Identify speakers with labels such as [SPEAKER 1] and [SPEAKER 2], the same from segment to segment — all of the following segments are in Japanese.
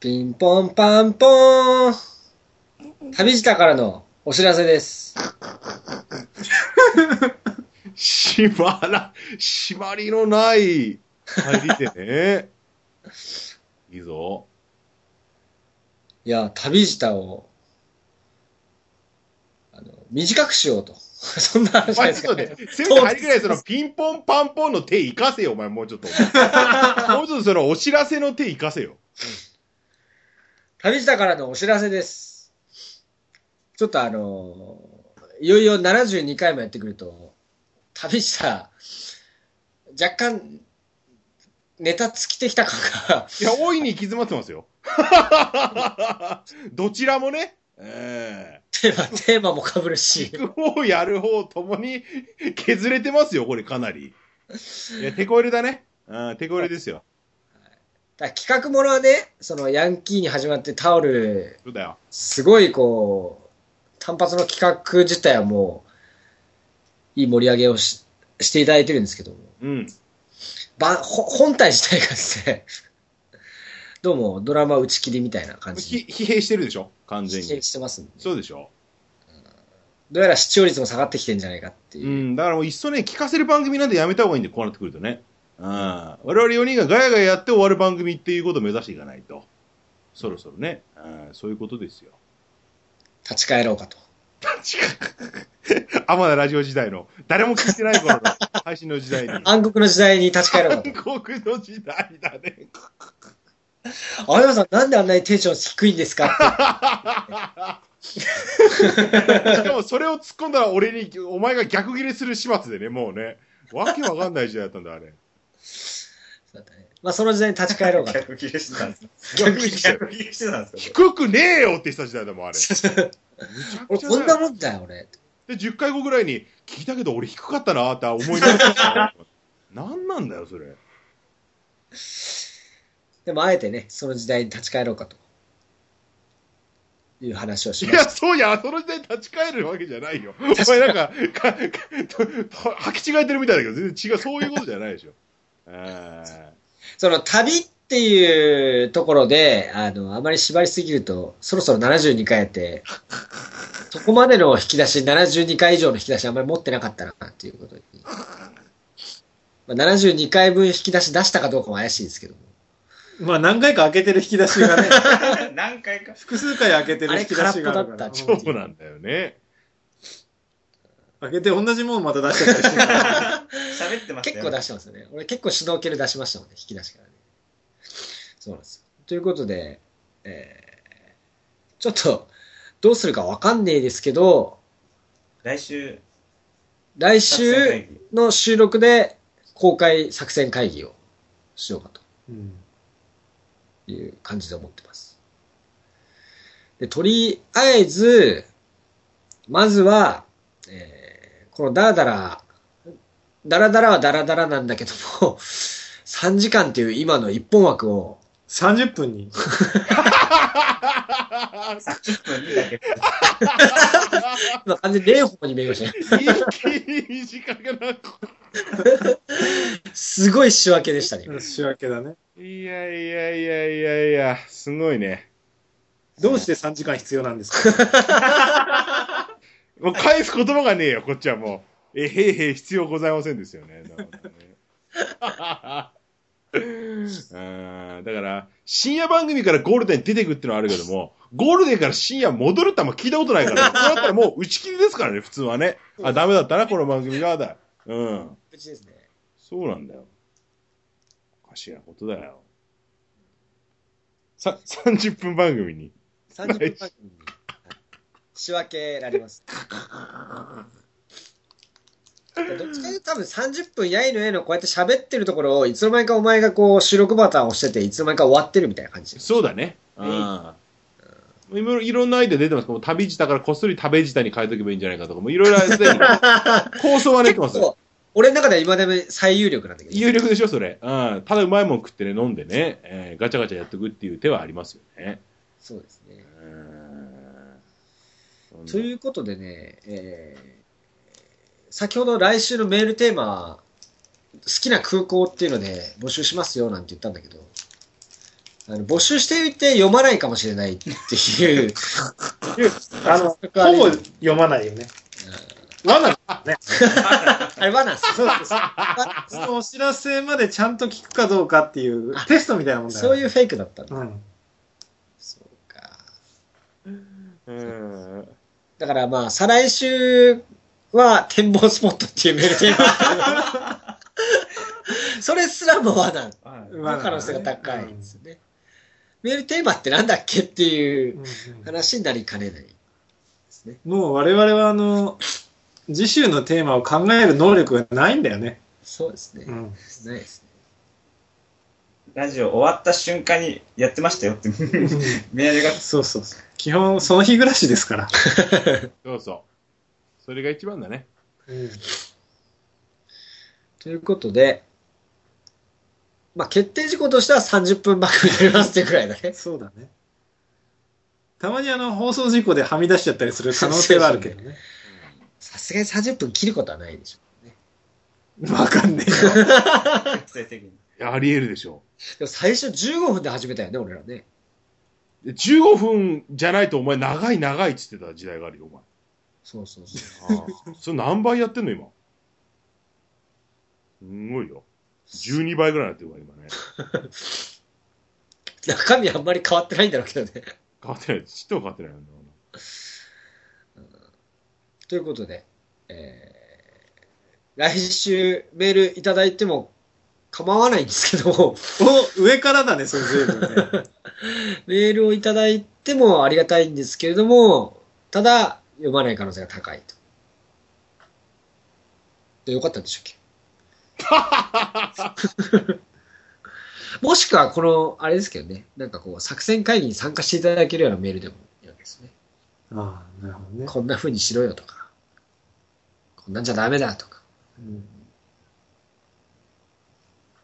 [SPEAKER 1] ピンポンパンポーン旅下からのお知らせです。
[SPEAKER 2] 締まら、締まりのない入りでね。いいぞ。
[SPEAKER 1] いや、旅下を、あの、短くしようと。 そんな話じゃ
[SPEAKER 2] お
[SPEAKER 1] ない
[SPEAKER 2] 前
[SPEAKER 1] です
[SPEAKER 2] ち
[SPEAKER 1] か
[SPEAKER 2] ょっとね、せめて入りぐらいそのピンポンパンポンの手いかせよ、お前もう ちょっと。もうちょっとそのお知らせの手いかせよ。
[SPEAKER 1] 旅下からのお知らせです。ちょっとあのーいよいよ72回もやってくると、旅下、若干、ネタ尽きてきた感が、
[SPEAKER 2] いや、大いに行き詰まってます よ。どちらもね、え
[SPEAKER 1] テーマ、テーマも被るし
[SPEAKER 2] え、行く方やる方ともに 削れてますよ、これかなり。いや、手こ入れだね。うん、手こ入れですよ。
[SPEAKER 1] だから企画ものはね、そのヤンキーに始まってタオル、
[SPEAKER 2] そうだよ。
[SPEAKER 1] すごいこう、単発の企画自体はもう、いい盛り上げをししていただいてるんですけども、
[SPEAKER 2] うん。
[SPEAKER 1] ばほ本体自体がですね、 どうもドラマ打ち切りみたいな感じ
[SPEAKER 2] ひ疲弊してるでしょ完全
[SPEAKER 1] に
[SPEAKER 2] に。
[SPEAKER 1] してますんで、
[SPEAKER 2] そうでしょ
[SPEAKER 1] どうやら視聴率も下がってきてんじゃないかっていうう。
[SPEAKER 2] ん。だからもういっそね、聞かせる番組なんてやめた方がいいんで、こうなってくるとね。うん。我々4人がガヤガヤやって終わる番組っていうことを目指していかないと。そろそろね。うん、そういうことですよ。
[SPEAKER 1] 立ち返ろうかと。
[SPEAKER 2] あまだラジオ時代の、誰も聞いてない頃の 配信の時代に。
[SPEAKER 1] 暗黒の時代に立ち返ろうかと。
[SPEAKER 2] 韓国の時代だ ね。
[SPEAKER 1] 青山さん、なんであんなにテンション低いんですかって。
[SPEAKER 2] しかもそれを突っ込んだら俺に、お前が逆ギレする始末でね、もうね。わけわかんない時代だったんだ、あれ。
[SPEAKER 1] そうだ ったねまあ、その時代に立ち返ろうかと。
[SPEAKER 3] 逆切れしてたんですか
[SPEAKER 2] 逆ギレしてたよ
[SPEAKER 3] 逆切れしてたんですか
[SPEAKER 2] 低くねえよって言ってた時代だ もん、あれ。むちゃく
[SPEAKER 1] 俺、
[SPEAKER 2] ち
[SPEAKER 1] こ
[SPEAKER 2] ゃ
[SPEAKER 1] んな
[SPEAKER 2] だよ
[SPEAKER 1] もんだよ、俺。
[SPEAKER 2] で、10回後ぐらいに、聞いたけど俺低かったなって思い出 した。なんなんだよ、それ。
[SPEAKER 1] でも、あえてね、その時代に立ち返ろうかと。いう話をし
[SPEAKER 2] い
[SPEAKER 1] まし
[SPEAKER 2] や、
[SPEAKER 1] た。
[SPEAKER 2] そうや、その時代立ち返るわけじゃないよ。お前なんか、かかとと履き違えてるみたいだけど、全然違う、そういうことじゃないでしょ。え
[SPEAKER 1] その、旅っていうところで、あの、あまり縛りすぎると、そろそろ72回やって、そこまでの引き出し、72回以上の引き出しあんまり持ってなかったな、っていうことに。まあ、72回分引き出し出したかどうかも怪しいですけども。
[SPEAKER 4] まあ何回か開けてる引き出しがね、
[SPEAKER 3] 何回か。
[SPEAKER 4] 複数回開けてる引き出しがある
[SPEAKER 1] あれ空っぽ
[SPEAKER 4] か
[SPEAKER 1] だっ
[SPEAKER 4] ら。
[SPEAKER 1] た
[SPEAKER 2] ーそうなんだよね。
[SPEAKER 4] 開けて同じもんまた出しちゃったりしてるから
[SPEAKER 3] 喋ってました
[SPEAKER 1] 結
[SPEAKER 3] よ。
[SPEAKER 1] 構出してますよね。俺結構シュノーケル出しましたもんね、引き出しからね。そうなんですよ。ということで、えーちょっと、どうするかわかんねえですけど、
[SPEAKER 3] 来週、
[SPEAKER 1] 来
[SPEAKER 3] 作戦
[SPEAKER 1] 週
[SPEAKER 3] 会議
[SPEAKER 1] の収録で公開作戦会議をしようか
[SPEAKER 4] うん
[SPEAKER 1] という感じで思ってます。で、とりあえず、まずは、えーこのダラダラ、ダラダラはダラダラなんだけども、3時間っていう今の一本枠を
[SPEAKER 4] 30分に。
[SPEAKER 3] 30分にだけ。
[SPEAKER 1] 今完全に蓮舫に見えましたね。
[SPEAKER 2] 一 気に短くなっ
[SPEAKER 1] すごい仕分けでしたね。
[SPEAKER 4] 仕分けだね。
[SPEAKER 2] いやいやいやいやいや、すごいね。
[SPEAKER 4] どうして3時間必要なんですか
[SPEAKER 2] もう返す言葉がねえよ、こっちはもう。え、へいへい必要ございませんですよね。だからねうんだから、深夜番組からゴールデン出てくってのはあるけども、ゴールデンから深夜戻るってあんま聞いたことないから、そうなったらもう打ち切りですからね、普通はね。あ、ダメだったな、この番組が、だ。うん。
[SPEAKER 1] 無事ですね。
[SPEAKER 2] そうなんだよ。おかしいなことだよ。さ、30分番組に。
[SPEAKER 1] 30分番組にはい仕分けられます。どっちかというと多分30分やいのやいのこうやって喋ってるところをいつの間にかお前がこう収録ボタンを押してていつの間にか終わってるみたいな感じです。
[SPEAKER 2] そうだね。うん。いろいろいろんなアイデア出てます。もう旅舌からこっそり食べ舌に変えとけばいいんじゃないかとか、もういろいろす でに構想は出てます。
[SPEAKER 1] そう俺の中では今でも最有力なんだけど。
[SPEAKER 2] 有力でしょ、それ。うん。ただうまいもん食ってね、飲んでね、えーガチャガチャやってくっていう手はありますよね。
[SPEAKER 1] そうですね。
[SPEAKER 2] うん。
[SPEAKER 1] ということでね、えー先ほど来週のメールテーマ、好きな空港っていうので募集しますよなんて言ったんだけど、あの募集していて読まないかもしれないっていう
[SPEAKER 5] あの、ほぼ読まないよね。
[SPEAKER 4] 罠だ
[SPEAKER 1] あれはなんですよ
[SPEAKER 5] そうそうそうそのお知らせまでちゃんと聞くかどうかっていうテストみたいなもんだよ。
[SPEAKER 1] そう
[SPEAKER 5] う。
[SPEAKER 1] いうフェイクだったんだ
[SPEAKER 5] うん。
[SPEAKER 1] そうか
[SPEAKER 2] うん。
[SPEAKER 1] だからまあ再来週は展望スポットっていうメールテー マそれすらも罠の
[SPEAKER 3] はい
[SPEAKER 5] 罠だね
[SPEAKER 1] 可能性が高いですね、メールテーマってなんだっけっていう
[SPEAKER 5] うんうん
[SPEAKER 1] 話になりかねないですね
[SPEAKER 5] もう我々はあの、次週のテーマを考える能力がないんだよね。
[SPEAKER 1] そうですね、
[SPEAKER 5] うん。
[SPEAKER 1] ないですね
[SPEAKER 3] ラジオ終わった瞬間にやってましたよってメールが。
[SPEAKER 5] そうそうそう。基本、その日暮らしですから。
[SPEAKER 2] そうそう。それが一番だね。
[SPEAKER 5] うん
[SPEAKER 1] ということで、まあ、決定事項としては30分番組やりますってくらいだね。
[SPEAKER 5] そうだね。たまにあの、放送事故ではみ出しちゃったりする可能性はあるけどね。
[SPEAKER 1] さすがに30分切ることはないでしょ。
[SPEAKER 5] わかんねえよ。
[SPEAKER 3] 絶対的に。
[SPEAKER 2] いやあり得るでしょ
[SPEAKER 1] でも最初15分で始めたよね、俺らね。
[SPEAKER 2] う。で15分じゃないとお前長い長いっつってた時代があるよ、お前。
[SPEAKER 1] そうそうそう。
[SPEAKER 2] ああそれ何倍やってんの今すごいよ12倍ぐらいになってるわ今ね
[SPEAKER 1] 中身あんまり変わってないんだろうけどね。
[SPEAKER 2] 変わってないちっとも変わってないよ
[SPEAKER 1] ということで、えー、来週メールいただいても構わないんですけど、
[SPEAKER 5] お、上からだね、それ随分ね。
[SPEAKER 1] メールをいただいてもありがたいんですけれども、ただ読まない可能性が高いと。でよかったんでしょうっけ もしくは、この、あれですけどね、なんかこう、作戦会議に参加していただけるようなメールでもいいわけですね。
[SPEAKER 5] ああ、なるほどね。
[SPEAKER 1] こんな風にしろよとか、こんなんじゃダメだとか、
[SPEAKER 5] うん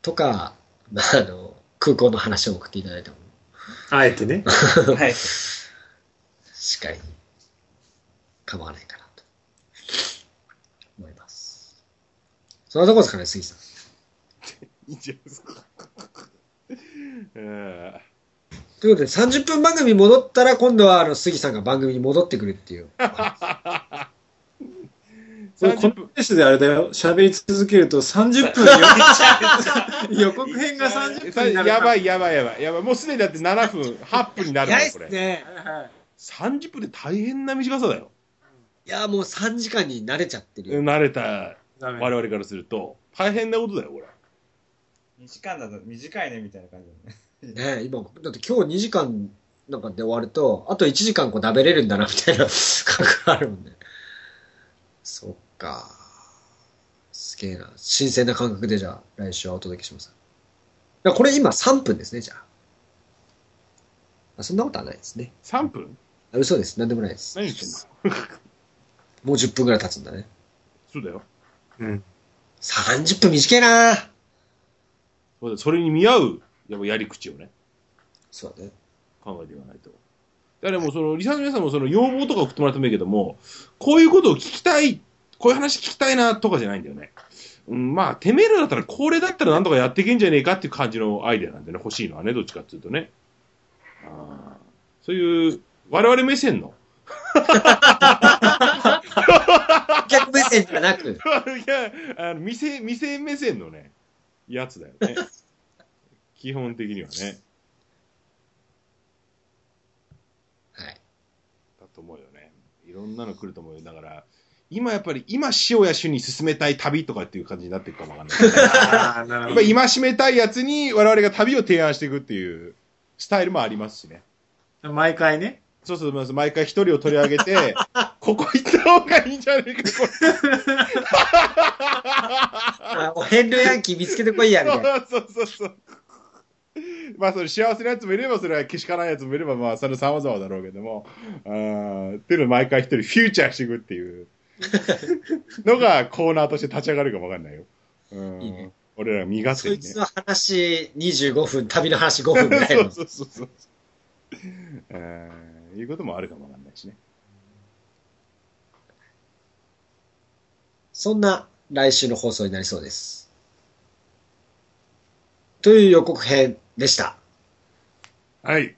[SPEAKER 1] とか、まあ、あの、空港の話を送っていただいても、
[SPEAKER 5] あえてね。
[SPEAKER 3] はい。
[SPEAKER 1] しっかり構わないかなと思います。そんなとこですかね、杉さん。
[SPEAKER 2] いいんじゃないですかえ
[SPEAKER 1] ということで、30分番組戻ったら、今度はあの杉さんが番組に戻ってくるっていう。
[SPEAKER 2] え30
[SPEAKER 5] このペ
[SPEAKER 2] 分
[SPEAKER 5] ースであれだよ。喋り続けると30分 よ予告編が30分になる。
[SPEAKER 2] やば
[SPEAKER 5] い。
[SPEAKER 2] いやばいやばいやばいもうすでにだって7分8分になる
[SPEAKER 1] 早い
[SPEAKER 2] の
[SPEAKER 1] っ
[SPEAKER 2] こ
[SPEAKER 1] す
[SPEAKER 2] れ、
[SPEAKER 1] ね。
[SPEAKER 2] 30分で大変な短さだよ
[SPEAKER 1] いや、もう3時間に慣れちゃってるよ。
[SPEAKER 2] 慣れた
[SPEAKER 5] ダメ
[SPEAKER 2] 我々からすると大変なことだよこれ
[SPEAKER 3] 短いだと短いねみたいな感じだね。
[SPEAKER 1] ねえ今、だって今日2時間なんかで終わると、あと1時間こう食べれるんだな、みたいな感覚があるもんね。そっか。すげえな。新鮮な感覚でじゃあ、来週はお届けします。だからこれ今3分ですね、じゃあ。あそんなことはないですね。
[SPEAKER 2] 3分
[SPEAKER 1] あ嘘です。なんでもないです。
[SPEAKER 2] 何言ってんの
[SPEAKER 1] もう10分ぐらい経つんだね。
[SPEAKER 2] そうだよ
[SPEAKER 1] 30分短いな
[SPEAKER 2] そうだよそれに見合うやっぱやり口をね
[SPEAKER 1] そうだね。
[SPEAKER 2] 考えていかないと。だからもうその、リサーの皆さんもその要望とか送ってもらってもいいけども、こういうことを聞きたい、こういう話聞きたいなとかじゃないんだよね。うん、まあ、てめえらだったら、これだったらなんとかやっていけんじゃねえかっていう感じのアイデアなんでね、欲しいのはね、どっちかっていうとね。あーそういう、我々目線の。
[SPEAKER 1] 逆目線じゃなく、
[SPEAKER 2] いや、あの、店、店目線のね、やつだよ ね。基本的にはね、
[SPEAKER 1] はい。
[SPEAKER 2] だと思うよね。いろんなの来ると思うよ。だから、今やっぱり、今、塩や主に進めたい旅とかっていう感じになっていくかもわかんない。
[SPEAKER 5] ああ、な
[SPEAKER 2] や
[SPEAKER 5] る
[SPEAKER 2] っぱ
[SPEAKER 5] ほど。
[SPEAKER 2] り戒めたいやつに我々が旅を提案していくっていうスタイルもありますしね。
[SPEAKER 5] 毎回ね。
[SPEAKER 2] そうそうそう、毎回一人を取り上げて、ここ行った方がいいんじゃねえか、これ。
[SPEAKER 1] あお遍路ヤンキー見つけてこいや、みたいな。
[SPEAKER 2] そうそうそう。まあ、それ幸せなやつもいれば、それはけしからんやつもいれば、まあ、それ様々だろうけども、あーっていうのを毎回一人フューチャーしていくっていうのがコーナーとして立ち上がるかもわかんないよ。うん
[SPEAKER 1] いいね
[SPEAKER 2] 俺ら身勝手
[SPEAKER 1] そい
[SPEAKER 2] にね。
[SPEAKER 1] つの話25分、旅の話5分ぐらいの。
[SPEAKER 2] そうそうそうそう。えー、いうこともあるかもわかんないしね。
[SPEAKER 1] そんな来週の放送になりそうです。という予告編でした。
[SPEAKER 2] はい。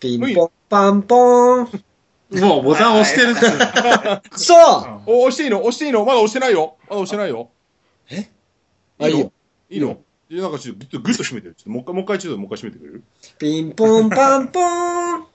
[SPEAKER 1] ピンポンパンポ ン。
[SPEAKER 5] もうボタン押してるから。
[SPEAKER 1] そう
[SPEAKER 2] お、押していいの押していいのまだ押してないよ。まだ押してないよ。
[SPEAKER 1] あ、いいよ。
[SPEAKER 2] いいのいやなんかちょっとグッとグッと締めてる。ちょっともう一回、もう一回ちょっともう一回締めてくれる
[SPEAKER 1] ピンポンパンポン。